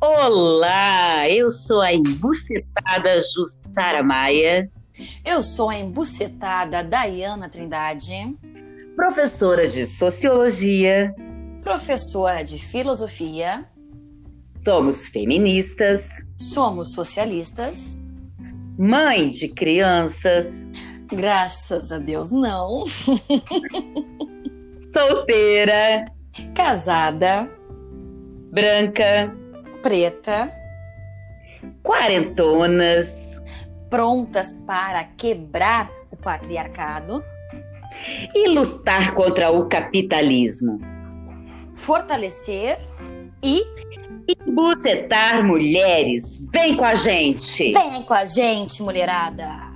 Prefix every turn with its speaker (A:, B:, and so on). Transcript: A: Olá, eu sou a embucetada Jussara Maia,
B: Eu sou a embucetada Dayana Trindade,
A: professora de Sociologia,
B: professora de filosofia,
A: somos feministas,
B: somos socialistas.
A: mãe de crianças,
B: Graças a Deus, não.
A: solteira,
B: Casada,
A: branca,
B: preta,
A: quarentonas
B: prontas para quebrar o patriarcado,
A: e lutar contra o capitalismo.
B: fortalecer e
A: Embucetar mulheres, vem com a gente!
B: vem com a gente, mulherada!